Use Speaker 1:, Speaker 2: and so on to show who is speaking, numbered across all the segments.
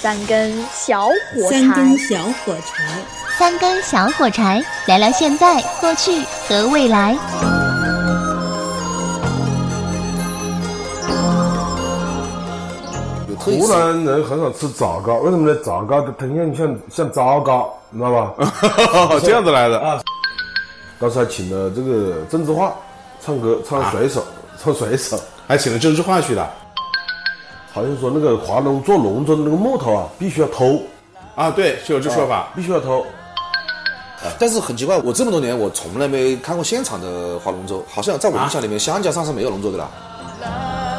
Speaker 1: 三根小火
Speaker 2: 三
Speaker 1: 柴
Speaker 2: 根。小火柴，
Speaker 3: 三根小火柴，聊聊现在、过去和未来。
Speaker 4: 有特
Speaker 5: 湖
Speaker 4: 色。
Speaker 5: 南人很少吃枣糕，为什么呢？枣糕它听上去像像糟糕，你知道吧？
Speaker 4: 哦， 这样子来的，
Speaker 5: 当时还请了这个郑智化唱歌，唱水手，唱水手，
Speaker 4: 还请了郑智化去的
Speaker 5: 好像说那个华农做农村的那个木头啊，必须要偷，
Speaker 4: 啊？对，是有这说法。
Speaker 5: 必须要偷。
Speaker 4: 啊
Speaker 6: 但是很奇怪，我这么多年我从来没看过现场的划龙舟，好像在我印象里面，湘江上是没有龙舟的啦。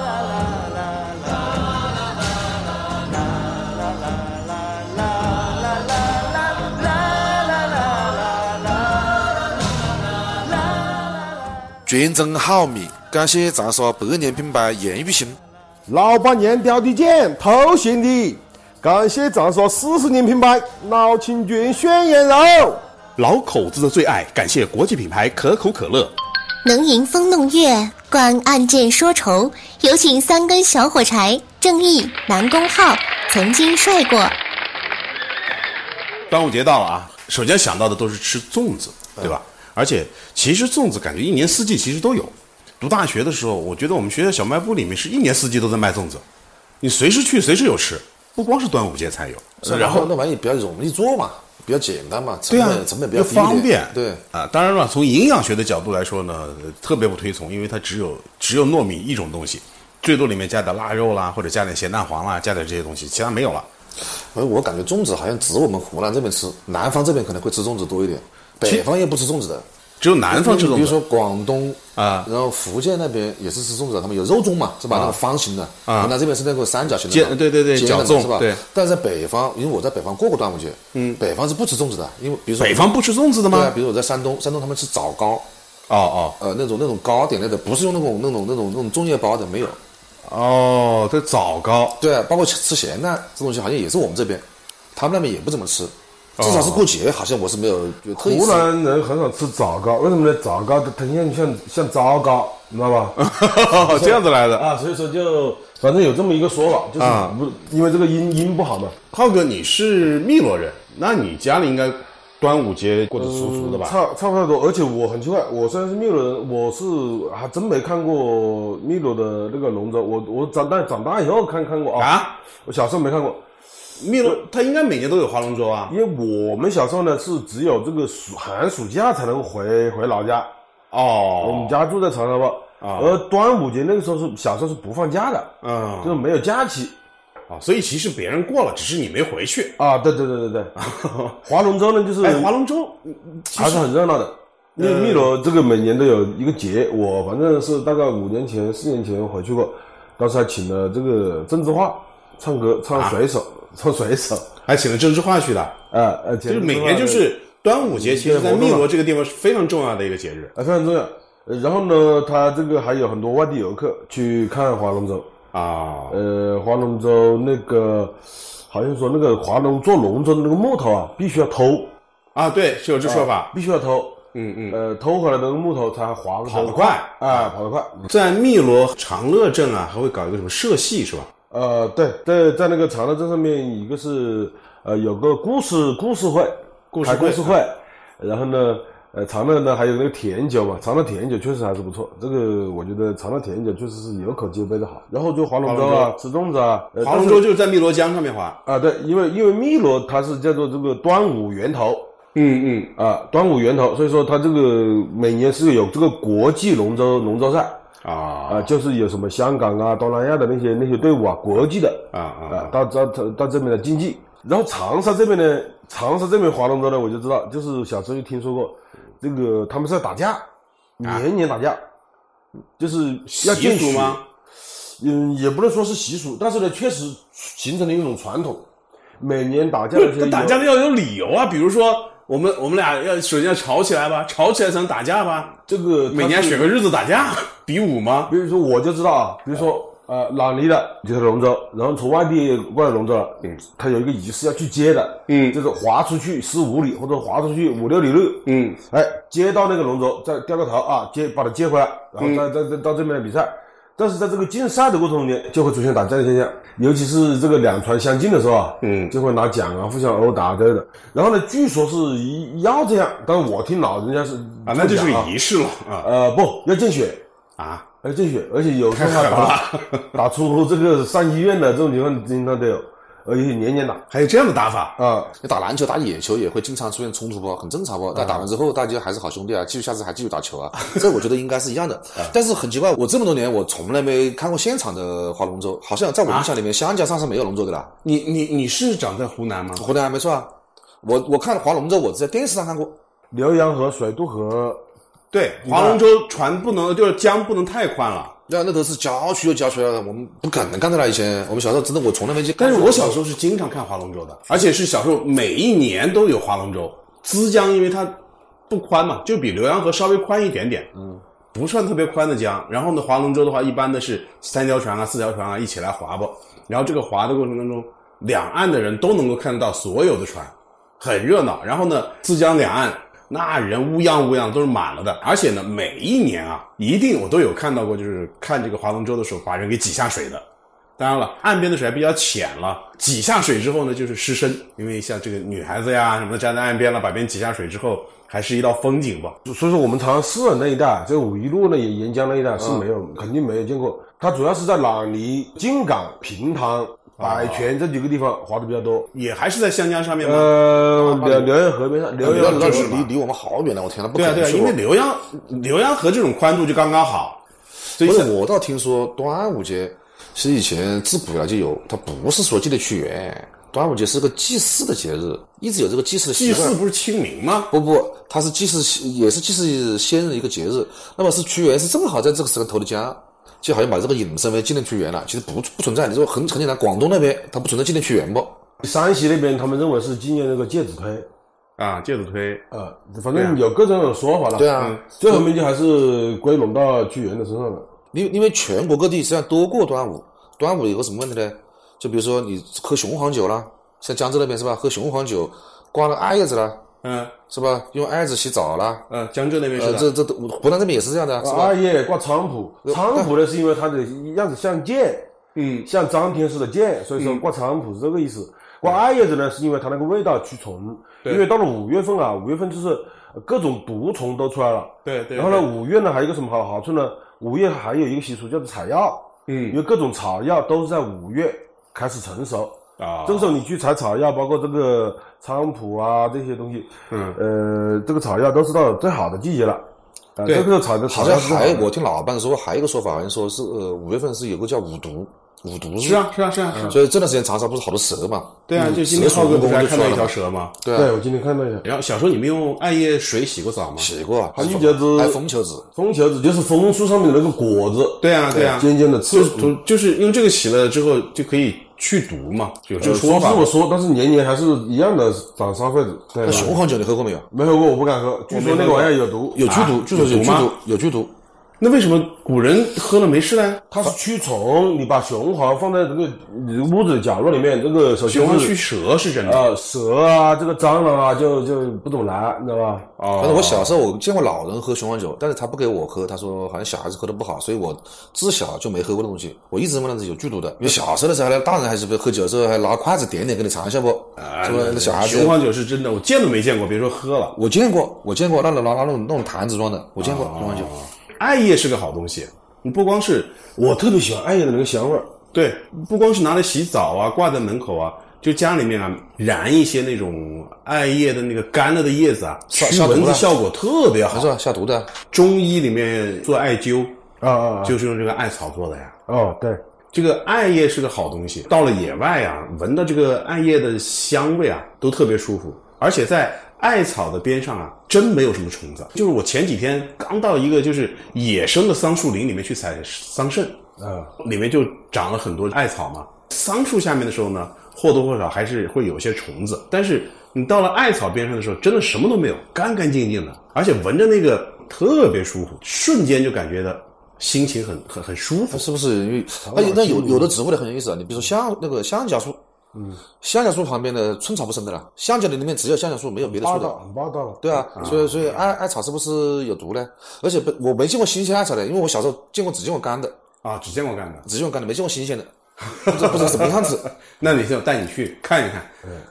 Speaker 6: 全真好米，感谢长沙百年品牌严玉兴。
Speaker 5: 老板娘挑的拣，头衔的，感谢长沙四十年品牌老清军宣言肉。
Speaker 4: 老口子的最爱，感谢国际品牌可口可乐。
Speaker 3: 能迎风弄月，观案件说愁。有请三根小火柴，正义南宫浩，曾经帅过。
Speaker 4: 端午节到了啊，嗯首先想到的都是吃粽子，对吧？而且其实粽子感觉一年四季其实都有。读大学的时候，我觉得我们学校小卖部里面是一年四季都在卖粽子，你随时去随时有吃，不光是端午节才有。嗯然后
Speaker 6: 呃那玩意比较容易做嘛，比较简单嘛，成
Speaker 4: 对
Speaker 6: 本、
Speaker 4: 啊，
Speaker 6: 成本比较
Speaker 4: 又
Speaker 6: 低一点
Speaker 4: 方便。
Speaker 6: 对，
Speaker 4: 啊，当然了，从营养学的角度来说呢，呃特别不推崇，因为它只有只有糯米一种东西，最多里面加点腊肉啦，或者加点咸蛋黄啦，加点这些东西，其他没有了。
Speaker 6: 而我感觉粽子好像只我们湖南这边吃，南方这边可能会吃粽子多一点，北方也不吃粽子的。
Speaker 4: 只有南方吃粽
Speaker 6: 比如说
Speaker 4: 子，
Speaker 6: 广东
Speaker 4: 啊
Speaker 6: 然后福建那边也是吃粽子的，他们有肉粽嘛，是吧？那个方形的，
Speaker 4: 啊
Speaker 6: 云南这边是那个三角形的嘛，
Speaker 4: 尖对对对
Speaker 6: 尖的嘛
Speaker 4: 角粽
Speaker 6: 是吧？
Speaker 4: 对。
Speaker 6: 但是在北方，因为我在北方过过端午节，嗯，北方是不吃粽子的，因为比如说
Speaker 4: 北方不吃粽子的
Speaker 6: 对啊，
Speaker 4: 吗？
Speaker 6: 比如我在山东，山东他们吃枣糕，
Speaker 4: 哦
Speaker 6: 呃，那种那种糕点类的，不是用那种那种那种那种粽叶包的，没有。
Speaker 4: 哦哦，这枣糕
Speaker 6: 对啊，包括吃咸蛋这东西，好像也是我们这边，他们那边也不怎么吃，至
Speaker 4: 哦
Speaker 6: 少是过节，好像我是没有有特意
Speaker 5: 湖
Speaker 6: 吃。
Speaker 5: 南人很少吃枣糕，为什么呢？枣糕它听上去像像糟糕，你知道吧？
Speaker 4: 这样子来的。
Speaker 5: 啊，所以说就反正有这么一个说法，就是
Speaker 4: 啊
Speaker 5: 不、因为这个音音不好嘛，
Speaker 4: 浩哥，你是汨罗人，那你家里应该端午节过得俗俗的
Speaker 6: 嗯
Speaker 4: 吧？
Speaker 5: 嗯差差不太多。而且我很奇怪，我虽然是汨罗人，我是还真没看过汨罗的那个龙舟。我我长大长大以后看看过啊，
Speaker 4: 啊，
Speaker 5: 我小时候没看过，
Speaker 4: 汨罗它应该每年都有划龙舟啊
Speaker 6: 嗯
Speaker 5: 因。为我们小时候呢是只有这个暑寒暑假才能回回老家，我们
Speaker 4: 哦，
Speaker 5: 家住在长沙吧。
Speaker 4: 啊
Speaker 5: 而端午节那个时候是小时候是不放假的，
Speaker 4: 嗯，
Speaker 5: 就是没有假期
Speaker 4: 啊，所以其实别人过了，只是你没回去。
Speaker 5: 啊。对对对对对， 划龙舟呢就是
Speaker 4: 哎，划龙舟
Speaker 5: 还是很热闹的。因为汨
Speaker 4: 嗯
Speaker 5: 罗这个每年都有一个节，我反正是大概五年前、四年前回去过，当时还请了这个郑智化唱歌，唱
Speaker 4: 啊
Speaker 5: 水手，唱水手，
Speaker 4: 还请了郑智化去的，
Speaker 5: 啊呃，就
Speaker 4: 就是每年就是端午节，其实在汨罗这个地方是非常重要的一个节日
Speaker 5: 啊非常重要。呃然后呢，他这个还有很多外地游客去看划龙舟，
Speaker 4: 啊。
Speaker 5: 呃，划龙舟那个好像说那个划龙做龙舟的那个木头啊，必须要偷，
Speaker 4: 啊，对，是有这说法。
Speaker 5: 必须要偷，
Speaker 4: 嗯嗯，
Speaker 5: 呃，偷回来的那个木头才划
Speaker 4: 跑得快
Speaker 5: 啊，跑得快，
Speaker 4: 在汨罗长乐镇啊，还会搞一个什么社戏是吧？
Speaker 5: 呃，对，在在那个长乐镇上面，一个是呃有个故事故事会，
Speaker 4: 故事
Speaker 5: 开
Speaker 4: 会嗯
Speaker 5: 故事会，然后呢，呃，长乐呢还有那个甜酒嘛，长乐甜酒确实还是不错，这个我觉得长乐甜酒确实是有口皆碑的好。然后就划龙舟啊，吃粽子啊，呃
Speaker 4: 划龙
Speaker 5: 但
Speaker 4: 舟
Speaker 5: 是
Speaker 4: 就是在汨罗江上面划。
Speaker 5: 啊，对，因为因为汨罗它是叫做这个端午源头
Speaker 4: 嗯嗯，
Speaker 5: 啊，端午源头，所以说它这个每年是有这个国际龙舟龙舟赛
Speaker 4: 啊
Speaker 5: 啊，就是有什么香港啊、东南亚的那些那些队伍啊，国际的。
Speaker 4: 啊
Speaker 5: 啊，
Speaker 4: 啊
Speaker 5: 到到到这边的竞技。然后长沙这边呢，长沙这边划龙舟呢，我就知道，就是小时候就听说过，这个他们是在打架，年年打架，就是要
Speaker 4: 啊习
Speaker 5: 见
Speaker 4: 俗
Speaker 5: 血
Speaker 4: 吗？
Speaker 5: 嗯，也不能说是习俗，但是呢，确实形成了一种传统，每年打架
Speaker 4: 不
Speaker 5: 的
Speaker 4: 是， 打架要有理由啊，比如说我们我们俩要首先要吵起来吧，吵起来才能打架吧。
Speaker 5: 这个
Speaker 4: 每年
Speaker 5: 呃它是
Speaker 4: 选个日子打架，比武吗？
Speaker 5: 比如说我就知道啊，比如说呃朗尼的就是龙舟，然后从外地过来龙舟了，嗯，他有一个仪式要去接的，
Speaker 4: 嗯
Speaker 5: 就是划出去十五里或者划出去五六里路，
Speaker 4: 嗯，嗯
Speaker 5: 哎，接到那个龙舟再掉个头啊，接把它接回来，然后再再再到这边来比赛，但是在这个竞赛的过程中间，就会出现打架的现象，尤其是这个两船相近的时候啊，
Speaker 4: 嗯
Speaker 5: 就会拿桨啊互相殴打之类的。然后呢，据说是要这样，但是我听老人家是
Speaker 4: 啊，那就是
Speaker 5: 这么讲啊
Speaker 4: 个仪式了啊
Speaker 5: 呃不要见血，
Speaker 4: 啊！
Speaker 5: 要见血，而且有时候还打打出这个上医院的这种情况经常都有，而且年年打
Speaker 4: 还有这样的打法，
Speaker 5: 啊，
Speaker 6: 你打篮球、打野球也会经常出现冲突不？很正常啊不？但打完之后，大家还是好兄弟啊，继续下次还继续打球啊，这我觉得应该是一样 的。
Speaker 4: 嗯
Speaker 6: 但是很奇怪，我这么多年我从来没看过现场的划龙舟，好像在我印
Speaker 4: 啊
Speaker 6: 象里面，湘江上是没有龙舟的啦。
Speaker 4: 你你你是长在湖南吗？
Speaker 6: 湖南没错啊，我我看划龙舟，我在电视上看过，
Speaker 5: 浏阳河、水渡河
Speaker 4: 对，划龙舟船不能就是江不能太宽了。
Speaker 6: 那那都是郊区就郊区啊了，我们不可能看到啦。以前我们小时候真的我从来没去看
Speaker 4: 但
Speaker 6: 过。
Speaker 4: 是我小时候是经常看划龙舟的，而且是小时候每一年都有划龙舟。资江因为它不宽嘛，就比浏阳河稍微宽一点点，嗯，不算特别宽的江。然后呢，划龙舟的话，一般的是三条船啊、四条船啊一起来划吧。然后这个划的过程当中，两岸的人都能够看得到所有的船，很热闹。然后呢，资江两岸那人乌泱乌泱都是满了的，而且呢，每一年啊，一定我都有看到过，就是看这个划龙舟的时候把人给挤下水的。当然了，岸边的水还比较浅了，挤下水之后呢，就是湿身，因为像这个女孩子呀什么的站在岸边了，把别人挤下水之后，还是一道风景吧。
Speaker 5: 所以说我们长安市那一带，这五一路那沿沿江那一带是没有，肯定没有见过。它主要是在朗尼、靖港、平塘、百泉这几个地方划的比较多。
Speaker 4: 也还是在湘江上面吗？
Speaker 5: 呃，浏浏阳河边上，
Speaker 6: 不
Speaker 5: 浏
Speaker 6: 要
Speaker 5: 阳
Speaker 6: 不
Speaker 5: 河
Speaker 6: 要
Speaker 4: 是吧
Speaker 6: 离离我们好远了，我天呐，不
Speaker 4: 对
Speaker 6: 可
Speaker 4: 啊
Speaker 6: 能
Speaker 4: 对啊，
Speaker 6: 去
Speaker 4: 因为
Speaker 6: 过。
Speaker 4: 浏阳浏阳河这种宽度就刚刚好，所以
Speaker 6: 不是
Speaker 4: 像，
Speaker 6: 我倒听说端午节是以前自古以来就有，它不是说记得屈原，端午节是个祭祀的节日，一直有这个祭祀的习
Speaker 4: 祭
Speaker 6: 惯
Speaker 4: 祀。不是清明吗？
Speaker 6: 不不，它是祭祀，也是祭祀先人的一个节日。那么是屈原是正好在这个时候投的家，就好像把这个引申为纪念屈原了。其实不不存在，你说很很简单，广东那边它不存在纪念屈原不？
Speaker 5: 山西那边他们认为是纪念那个介子推，
Speaker 4: 啊，介子推，
Speaker 5: 啊，反正有各种说法了。
Speaker 6: 对啊嗯
Speaker 5: 最后面就还是归拢到屈原的身上了。
Speaker 6: 因因为全国各地实际上都过端午，端午有个什么问题呢？就比如说你喝雄黄酒啦，像江浙那边是吧？喝雄黄酒，刮了艾叶子啦，
Speaker 4: 嗯
Speaker 6: 是吧？用艾子洗澡啦。
Speaker 4: 呃，江浙那边是
Speaker 6: 呃，
Speaker 4: 的，
Speaker 6: 这这湖南这边也是这样的啊，是吧？
Speaker 5: 二叶挂菖蒲，菖蒲呢是因为它的样子像剑，
Speaker 4: 呃嗯，
Speaker 5: 像张天师的剑，所以说挂菖蒲是这个意思。挂艾叶子呢，是因为它那个味道驱虫，
Speaker 4: 对
Speaker 5: 因为到了五月份啊，五月份就是呃各种毒虫都出来了。
Speaker 4: 对对。
Speaker 5: 然后呢，
Speaker 4: 对，
Speaker 5: 五月呢还有一个什么好好处呢？五月还有一个习俗叫做采药，因
Speaker 4: 嗯
Speaker 5: 为各种草药都是在五月开始成熟。
Speaker 4: 啊，
Speaker 5: 这个时候你去采草药，包括这个菖蒲啊这些东西，
Speaker 4: 嗯
Speaker 5: 呃，这个草药都是到最好的季节了。啊，
Speaker 4: 对
Speaker 5: 这个时候采的
Speaker 6: 好
Speaker 5: 草药
Speaker 6: 像
Speaker 5: 是最好
Speaker 6: 还
Speaker 5: 的
Speaker 6: 我听老伴说，还有一个说法，好像说是呃五月份是有个叫五毒，五毒日嗯
Speaker 4: 是啊是啊是啊是啊，
Speaker 6: 所以这段时间长沙不是好多蛇嘛？
Speaker 4: 对啊，
Speaker 6: 嗯
Speaker 4: 就今天浩哥不是还看到一条？
Speaker 6: 蛇
Speaker 4: 蛇吗？
Speaker 6: 对
Speaker 5: 对
Speaker 6: 啊，
Speaker 5: 我今天看到一下，
Speaker 4: 然后小时候你们用艾叶水洗过澡吗？
Speaker 6: 洗过啊，
Speaker 5: 还有一节子
Speaker 6: 还有风球子，
Speaker 5: 枫球子就是枫树上面的那个果子，哎
Speaker 4: 对啊对啊，
Speaker 5: 尖尖的
Speaker 4: 就
Speaker 5: 刺嗯
Speaker 4: 是。涂，就是用这个洗了之后就可以去毒嘛，有这
Speaker 5: 就
Speaker 4: 个
Speaker 5: 说
Speaker 6: 呃
Speaker 4: 说
Speaker 5: 呃是
Speaker 4: 法。
Speaker 5: 我说，但是年年还是一样的长沙痱子。对啊
Speaker 6: 那
Speaker 5: 吧，
Speaker 6: 雄黄酒你喝过没有？
Speaker 5: 没喝过，我不敢喝。据说那个玩意儿有毒，
Speaker 6: 有剧毒，据说
Speaker 4: 有
Speaker 6: 有
Speaker 4: 毒
Speaker 6: 剧
Speaker 4: 吗
Speaker 6: 毒，有剧毒。
Speaker 4: 那为什么古人喝了没事呢？
Speaker 5: 它是驱虫。你把雄黄放在这个屋子的角落里面，这个首先
Speaker 4: 雄黄驱
Speaker 5: 是
Speaker 4: 蛇是真的
Speaker 5: 呃蛇啊，这个蟑螂啊，就就不怎么来，你知道吧？啊
Speaker 6: 反正
Speaker 4: 哦，
Speaker 6: 啊我小时候我见过老人喝雄黄酒，但是他不给我喝，他说好像小孩子喝的不好，所以我自小就没喝过那东西。我一直认为那是有剧毒的，因为小时候的时候，大人还是不喝酒的时候还拿筷子点点给你尝一下不？是不是？那小孩子
Speaker 4: 雄黄酒是真的，我见都没见过，别说喝了。
Speaker 6: 我见过，我见过，那种拿拿那种那种坛子装的，我见过红黄酒。
Speaker 4: 艾叶是个好东西，你不光是
Speaker 5: 我特别喜欢艾叶的那个香味儿。
Speaker 4: 对，不光是拿来洗澡啊，挂在门口啊，就家里面啊燃一些那种艾叶的那个干了的叶子啊，
Speaker 6: 消
Speaker 4: 驱
Speaker 6: 消毒
Speaker 4: 蚊子
Speaker 6: 的
Speaker 4: 效果特别
Speaker 6: 没
Speaker 4: 好。
Speaker 6: 错，下毒的。
Speaker 4: 中医里面做艾灸
Speaker 5: 啊啊啊！
Speaker 4: 就是用这个艾草做的呀。
Speaker 5: 哦，对，
Speaker 4: 这个艾叶是个好东西，到了野外啊，闻到这个艾叶的香味啊，都特别舒服。而且在艾草的边上啊，真没有什么虫子。就是我前几天刚到一个就是野生的桑树林里面去采桑葚，呃
Speaker 5: 啊，
Speaker 4: 里面就长了很多艾草嘛。桑树下面的时候呢，或多或少还是会有一些虫子，但是你到了艾草边上的时候，真的什么都没有，干干净净的，而且闻着那个特别舒服，瞬间就感觉到心情很很很舒服
Speaker 6: 它。是不是因为那有那有有的植物呢很有意思啊？你比如说香那个香蕉树，嗯，香蕉树旁边的寸草不生的了，香蕉林里面只有香蕉树，没有别的
Speaker 5: 霸
Speaker 6: 树
Speaker 5: 道，
Speaker 6: 的。
Speaker 5: 很霸道。
Speaker 6: 对啊，所以所以艾艾草是不是有毒呢？而且不我没见过新鲜艾草的，因为我小时候见过只见过干的。
Speaker 4: 啊、啊，只见过干的。
Speaker 6: 只见过干的，没见过新鲜的，不知道不知道什么样子。
Speaker 4: 那哪天我带你去看一看，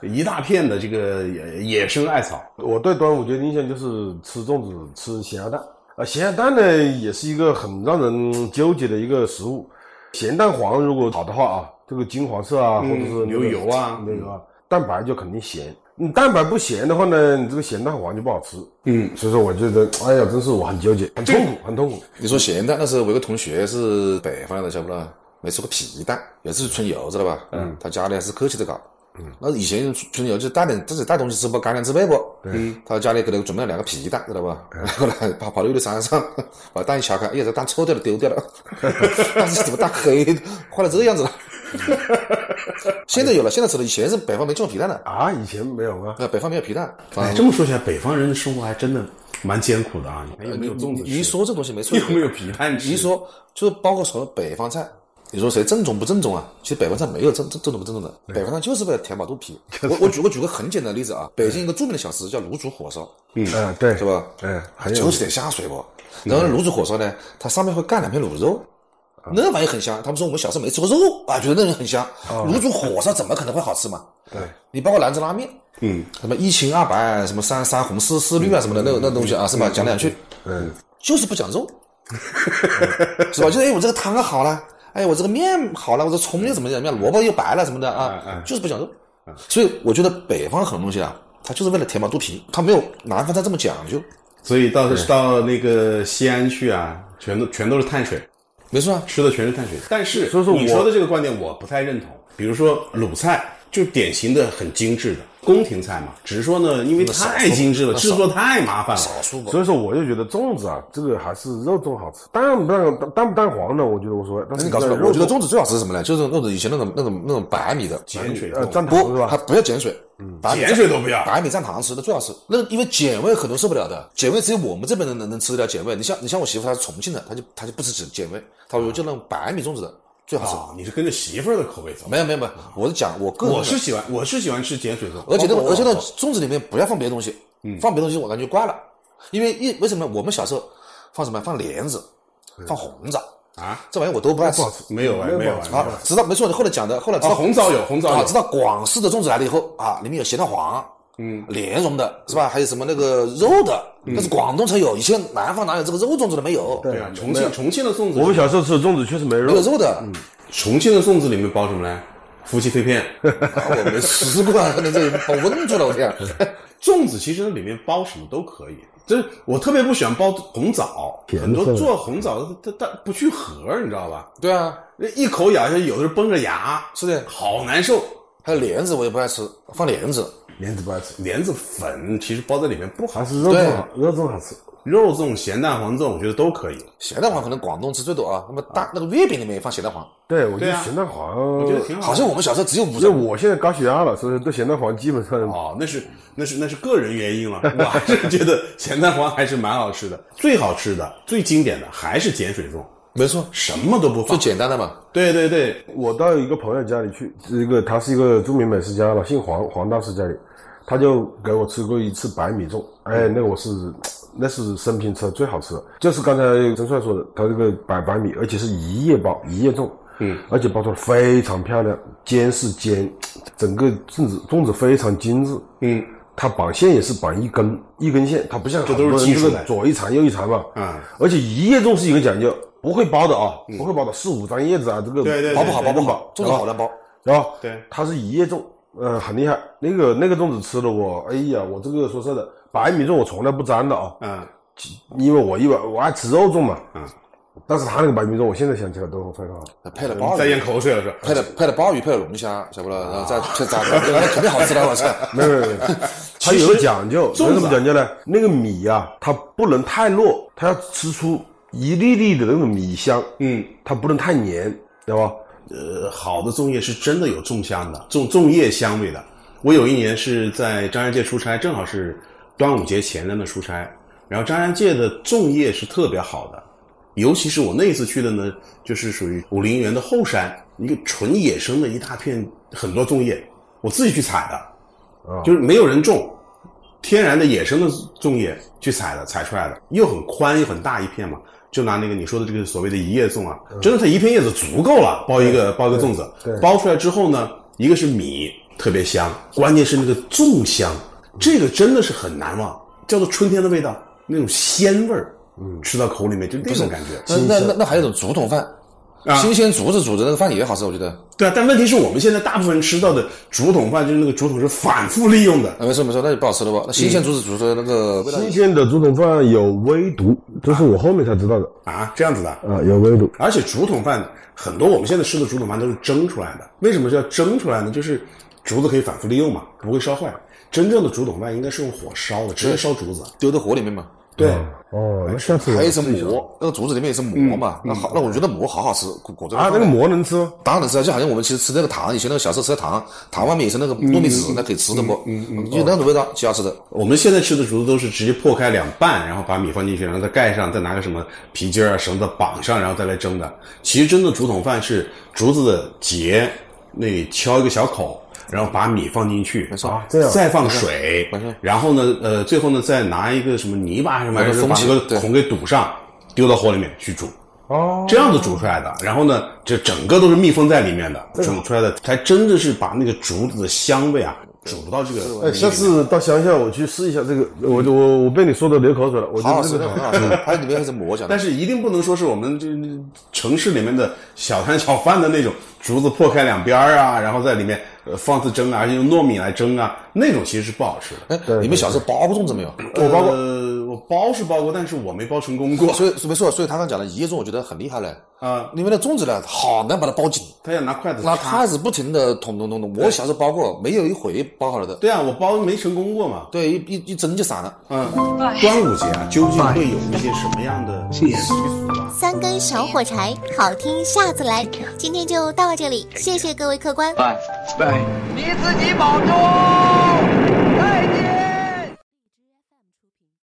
Speaker 6: 嗯
Speaker 4: 一大片的这个野野生艾草，
Speaker 5: 我对端午节的印象就是吃粽子，吃咸鸭蛋。啊，咸鸭蛋呢也是一个很让人纠结的一个食物。咸蛋黄如果炒的话啊，这个金黄色啊，或
Speaker 6: 嗯
Speaker 5: 者是那个
Speaker 4: 牛油啊
Speaker 5: 牛油啊，蛋白就肯定咸。你蛋白不咸的话呢，你这个咸蛋黄就不好吃。
Speaker 4: 嗯，
Speaker 5: 所以说我觉得，哎呀，真是我很纠结，很痛苦，很痛苦。
Speaker 6: 你说咸蛋，那时候我有个同学是北方的，晓不啦？没吃过皮蛋，有一次去春游，知道吧？嗯，他家里还是客气的搞。嗯，那以前春游就带点自己带东西吃不，干粮自备不？嗯，他家里给他准备了两个皮蛋，知道吧？然后呢，
Speaker 4: 嗯
Speaker 6: 跑跑到的山上， 把蛋一敲开，哎呀，这蛋臭掉了，丢掉了， 但是怎么蛋黑的，坏了这样子了？现在有了，现在吃了，以前是北方没见过皮蛋的，
Speaker 5: 啊，以前没有啊，
Speaker 6: 那北方没有皮蛋。啊
Speaker 4: 哎，这么说起来，北方人的生活还真的蛮艰苦的啊！你看有没有粽子
Speaker 6: 呃你一
Speaker 4: 吃？
Speaker 6: 说这东西没错，
Speaker 4: 有没有皮蛋吃？
Speaker 6: 你一说就是包括所谓北方菜，你说谁正宗不正宗啊？其实北方菜没有正正正宗不正宗的，北方菜 就是为了填饱肚皮。我我举我举个很简单的例子啊，北京一个著名的小吃叫卤煮火烧，
Speaker 5: 嗯，对，
Speaker 6: 是？吧？
Speaker 5: 嗯，很有
Speaker 6: 就。是得下水不？然后卤煮火烧呢，它上面会盖两片卤肉。那玩意很香，他们说我们小时候没吃过肉啊，觉得那个很香。卤煮火烧怎么可能会好吃嘛？对，你包括兰州拉面，
Speaker 4: 嗯，
Speaker 6: 什么一清二白，什么三三红四四绿啊，什么的那那东西啊，是吧？讲两句，
Speaker 5: 嗯，
Speaker 6: 就是不讲肉，是吧？就是哎，我这个汤好了，哎，我这个面好了，我这葱又怎么怎么样，萝卜又白了什么的
Speaker 4: 嗯
Speaker 6: 啊
Speaker 4: 嗯，
Speaker 6: 就是不讲肉。所以我觉得北方很多东西啊，它就是为了填饱肚皮，它没有南方菜这么讲究。
Speaker 4: 所以到到那个西安去啊，全都全都是碳水，
Speaker 6: 没错啊，
Speaker 4: 吃的全是碳水。但是
Speaker 5: 所以说
Speaker 4: 你
Speaker 5: 我
Speaker 4: 说的这个观点我不太认同。比如说鲁菜就典型的很精致的宫廷菜嘛，只是说呢，因为
Speaker 6: 少数
Speaker 4: 太精致了，
Speaker 6: 那
Speaker 4: 制
Speaker 6: 少
Speaker 4: 作太麻烦了。
Speaker 6: 少数吧。
Speaker 5: 所以说，我就觉得粽子啊，这个还是肉粽好吃。蛋不蛋蛋不蛋黄呢？我觉得无所谓。但是
Speaker 6: 哎你搞错了，
Speaker 5: 肉
Speaker 6: 我觉得粽子最好吃是什么呢？就是那种以前那种那种那种白米的，
Speaker 4: 碱水
Speaker 5: 呃
Speaker 4: 粽
Speaker 5: 蘸糖
Speaker 6: 不
Speaker 5: 是，
Speaker 6: 它
Speaker 5: 吧？
Speaker 6: 不要碱水，白米
Speaker 4: 碱水都不要
Speaker 6: 白米蘸糖吃的最好吃。那因为碱味很多人受不了的，碱味只有我们这边人能能吃得了碱味。你像你像我媳妇她是重庆的，她就她就不吃碱碱味，她说就那种白米粽子的最好吃。
Speaker 4: 啊，你是跟着媳妇儿的口味走。
Speaker 6: 没有没有没有，我是讲我个人的，
Speaker 4: 我是喜欢，我是喜欢吃碱水粽，
Speaker 6: 而且那
Speaker 4: 包括
Speaker 6: 而且那粽子里面不要放别的东西，
Speaker 4: 嗯
Speaker 6: 放别的东西我感觉怪了，因为一为什么我们小时候放什么放莲子，
Speaker 4: 嗯
Speaker 6: 放红枣，
Speaker 4: 啊，
Speaker 6: 这玩意我都不爱吃。
Speaker 4: 没有哎，没有哎，没有哎
Speaker 6: 啊，知道没错，你后来讲的，后来知道、
Speaker 4: 啊红枣有红枣有
Speaker 6: 啊，知道广式的粽子来了以后啊，里面有咸蛋黄，嗯，莲蓉的是吧？还有什么那个肉的，那是广东才有，以前南方哪有这个肉粽子的没有，
Speaker 4: 对啊，重庆重庆的粽子，
Speaker 5: 我们小时候吃的粽子确实没
Speaker 6: 没有
Speaker 5: 肉，
Speaker 6: 肉的，
Speaker 4: 重庆的粽子里面包什么呢？夫妻肺片。
Speaker 6: 啊，我没吃过，啊可能这把我问住了，我天，啊
Speaker 4: 粽子其实它里面包什么都可以，就是我特别不喜欢包红枣，很多做红枣的它它它不去核儿，你知道吧？
Speaker 6: 对啊，
Speaker 4: 那一口咬下去，有的是崩着牙，
Speaker 6: 是的
Speaker 4: 好难受。
Speaker 6: 还有莲子我也不爱吃，放莲子，
Speaker 5: 莲子不爱吃，
Speaker 4: 莲子粉其实包在里面不好
Speaker 5: 还，是肉
Speaker 6: 对
Speaker 5: 粽好，肉粽好吃。
Speaker 4: 肉粽、咸蛋黄粽我觉得都可以。
Speaker 6: 咸蛋黄可能广东吃最多啊，那么大那个月饼里面也放咸蛋黄，
Speaker 5: 对，我觉
Speaker 4: 对
Speaker 5: 得
Speaker 4: 啊
Speaker 5: 咸蛋黄，
Speaker 4: 我觉得挺好
Speaker 6: 好
Speaker 4: 的。
Speaker 6: 像我们小时候只有五
Speaker 5: 因为
Speaker 6: 仁，
Speaker 5: 我现在高血压了，所以对咸蛋黄基本上
Speaker 4: 哦，那是那是那是个人原因了，我还 是觉得咸蛋黄还是蛮好吃的。最好吃的、最经典的还是碱水粽，
Speaker 6: 没错，
Speaker 4: 什么都不
Speaker 6: 最
Speaker 4: 放。
Speaker 6: 简单的嘛，
Speaker 4: 对对对，
Speaker 5: 我到一个朋友家里去，一个他是一个著名美食家吧，姓黄，黄大师家里，他就给我吃过一次白米粽，哎，
Speaker 4: 嗯
Speaker 5: 那个我是，那是生平吃的最好吃的，就是刚才曾帅说的，他这个白白米，而且是一夜包一夜粽，嗯，而且包装得非常漂亮，煎是煎，整个粽子粽子非常精致，
Speaker 4: 嗯，
Speaker 5: 它绑线也是绑一根一根线，它不像
Speaker 4: 这都是
Speaker 5: 很多人
Speaker 4: 技术
Speaker 5: 这个
Speaker 4: 来的
Speaker 5: 左一长右一长嘛，
Speaker 4: 啊嗯
Speaker 5: 而且一叶粽是一个讲究，不会包的啊，不会包的，四五张叶子啊，这个
Speaker 4: 对对对
Speaker 6: 包不好包不好，
Speaker 5: 对
Speaker 6: 粽子好难包，
Speaker 5: 然后
Speaker 4: 对
Speaker 5: 它是一叶粽，呃，很厉害。那个那个粽子吃了我，哎呀，我这个说实在的，白米粽我从来不沾的啊，
Speaker 4: 嗯，
Speaker 5: 因为我一般我爱吃肉粽嘛。
Speaker 4: 嗯。
Speaker 5: 但是它那个白米粽，我现在想起来都非常 好。
Speaker 6: 配了鲍鱼，
Speaker 4: 再咽口水了是吧？
Speaker 6: 配了配了鲍鱼，配了龙虾，晓不啦？然后再
Speaker 5: 啊
Speaker 6: 再炸的，那肯定好吃 的，我操！
Speaker 5: 没有没有没有，它有个讲究，
Speaker 4: 其实
Speaker 5: 有
Speaker 4: 粽子啊
Speaker 5: 什么讲究呢？那个米呀、它不能太糯，它要吃出一粒粒的那种米香，
Speaker 4: 嗯，
Speaker 5: 它不能太黏，知道吧？
Speaker 4: 呃，好的粽叶是真的有粽香的，粽粽叶香味的。我有一年是在张家界出差，正好是端午节前天的出差，然后张家界的粽叶是特别好的，尤其是我那一次去的呢，就是属于武陵源的后山，一个纯野生的一大片，很多粽叶，我自己去采的，
Speaker 5: 啊
Speaker 4: 就是没有人种，天然的野生的粽叶去采的，采出来的又很宽又很大一片嘛，就拿那个你说的这个所谓的一叶粽啊，真的它一片叶子足够了，包一个包一个粽子
Speaker 5: 嗯对对，
Speaker 4: 包出来之后呢，一个是米特别香，关键是那个粽香，
Speaker 5: 嗯
Speaker 4: 这个真的是很难忘，叫做春天的味道，那种鲜味儿，
Speaker 5: 嗯
Speaker 4: 吃到口里面就那种感觉。
Speaker 6: 那那那那还有一种竹筒饭，
Speaker 4: 啊
Speaker 6: 新鲜竹子煮的那个饭也好吃，我觉得。
Speaker 4: 对啊，但问题是我们现在大部分人吃到的竹筒饭，就是那个竹筒是反复利用的，
Speaker 6: 啊，没错没错，那就不好吃了吧？那新鲜竹子煮出来那个味道，
Speaker 5: 嗯新鲜的竹筒饭有微毒，这是我后面才知道的
Speaker 4: 啊，这样子的。
Speaker 5: 啊，有微毒。
Speaker 4: 而且竹筒饭很多，我们现在吃的竹筒饭都是蒸出来的。为什么叫蒸出来呢？就是竹子可以反复利用嘛，不会烧坏。真正的竹筒饭应该是用火烧的，直接烧竹子。嗯
Speaker 6: 丢到火里面嘛。
Speaker 4: 对，
Speaker 5: 哦，那下次我
Speaker 6: 还有一
Speaker 5: 试
Speaker 6: 层
Speaker 5: 一下
Speaker 6: 膜，那个竹子里面有一层膜嘛。那好，那我觉得膜好好吃，裹裹着
Speaker 5: 嗯啊，那个膜能吃吗？
Speaker 6: 当然吃啊，就好像我们其实吃那个糖，以前那个小时候吃的糖，糖外面也是那个糯
Speaker 5: 嗯
Speaker 6: 米纸，那可以吃的不？就那种味道，极好吃
Speaker 5: 哦
Speaker 6: 的。
Speaker 4: 我们现在吃的竹子都是直接破开两半，然后把米放进去，然后再盖上，再拿个什么皮筋儿啊绳子绑上，然后再来蒸的。其实真的竹筒饭是竹子的节那里敲一个小口，然后把米放进去，没
Speaker 6: 错
Speaker 5: 啊这样
Speaker 4: 再放水
Speaker 6: 没错，
Speaker 4: 然后呢，呃，最后呢再拿一个什么泥巴什么，
Speaker 6: 把它
Speaker 4: 然后
Speaker 6: 封
Speaker 4: 把
Speaker 6: 起
Speaker 4: 那
Speaker 6: 对
Speaker 4: 个孔给堵上，丢到火里面去煮。
Speaker 5: 哦，
Speaker 4: 这样子煮出来的，然后呢，这整个都是密封在里面的，煮出来的才真的是把那个竹子的香味啊，煮到这个米里
Speaker 5: 哎，
Speaker 4: 面。
Speaker 5: 下次到乡下我去试一下这个，我我我被你说的流口水了，我
Speaker 6: 好
Speaker 5: 觉
Speaker 6: 好
Speaker 5: 得
Speaker 6: 吃
Speaker 5: 这
Speaker 6: 的，
Speaker 5: 个
Speaker 6: 很好吃的，还有里面还有一层膜， 讲的
Speaker 4: 啊但。是一定不能说是我们这这城市里面的小摊小贩的那种竹子破开两边儿啊，然后在里面呃放次蒸啊，而且用糯米来蒸啊，那种其实是不好吃的。
Speaker 6: 哎，你们小时候包过粽子没有？
Speaker 4: 我包过，呃、我包是包过，但是我没包成功过
Speaker 6: 所以没错，所以他刚讲的一叶粽，我觉得很厉害嘞。
Speaker 4: 啊、
Speaker 6: 因为那粽子呢，好难把它包紧，
Speaker 4: 他要拿筷子
Speaker 6: 拿
Speaker 4: 插。
Speaker 6: 筷子不停的捅捅捅捅。我小时候包过，没有一回包好了的。
Speaker 4: 对啊，我包没成功过嘛。
Speaker 6: 对，一一一蒸就散了。
Speaker 4: 嗯，端午节啊，究竟会有一些什么样的习俗啊？
Speaker 3: 三根小火柴，好听下次来。今天就到这里，谢谢各位客官。
Speaker 2: 你自己保重。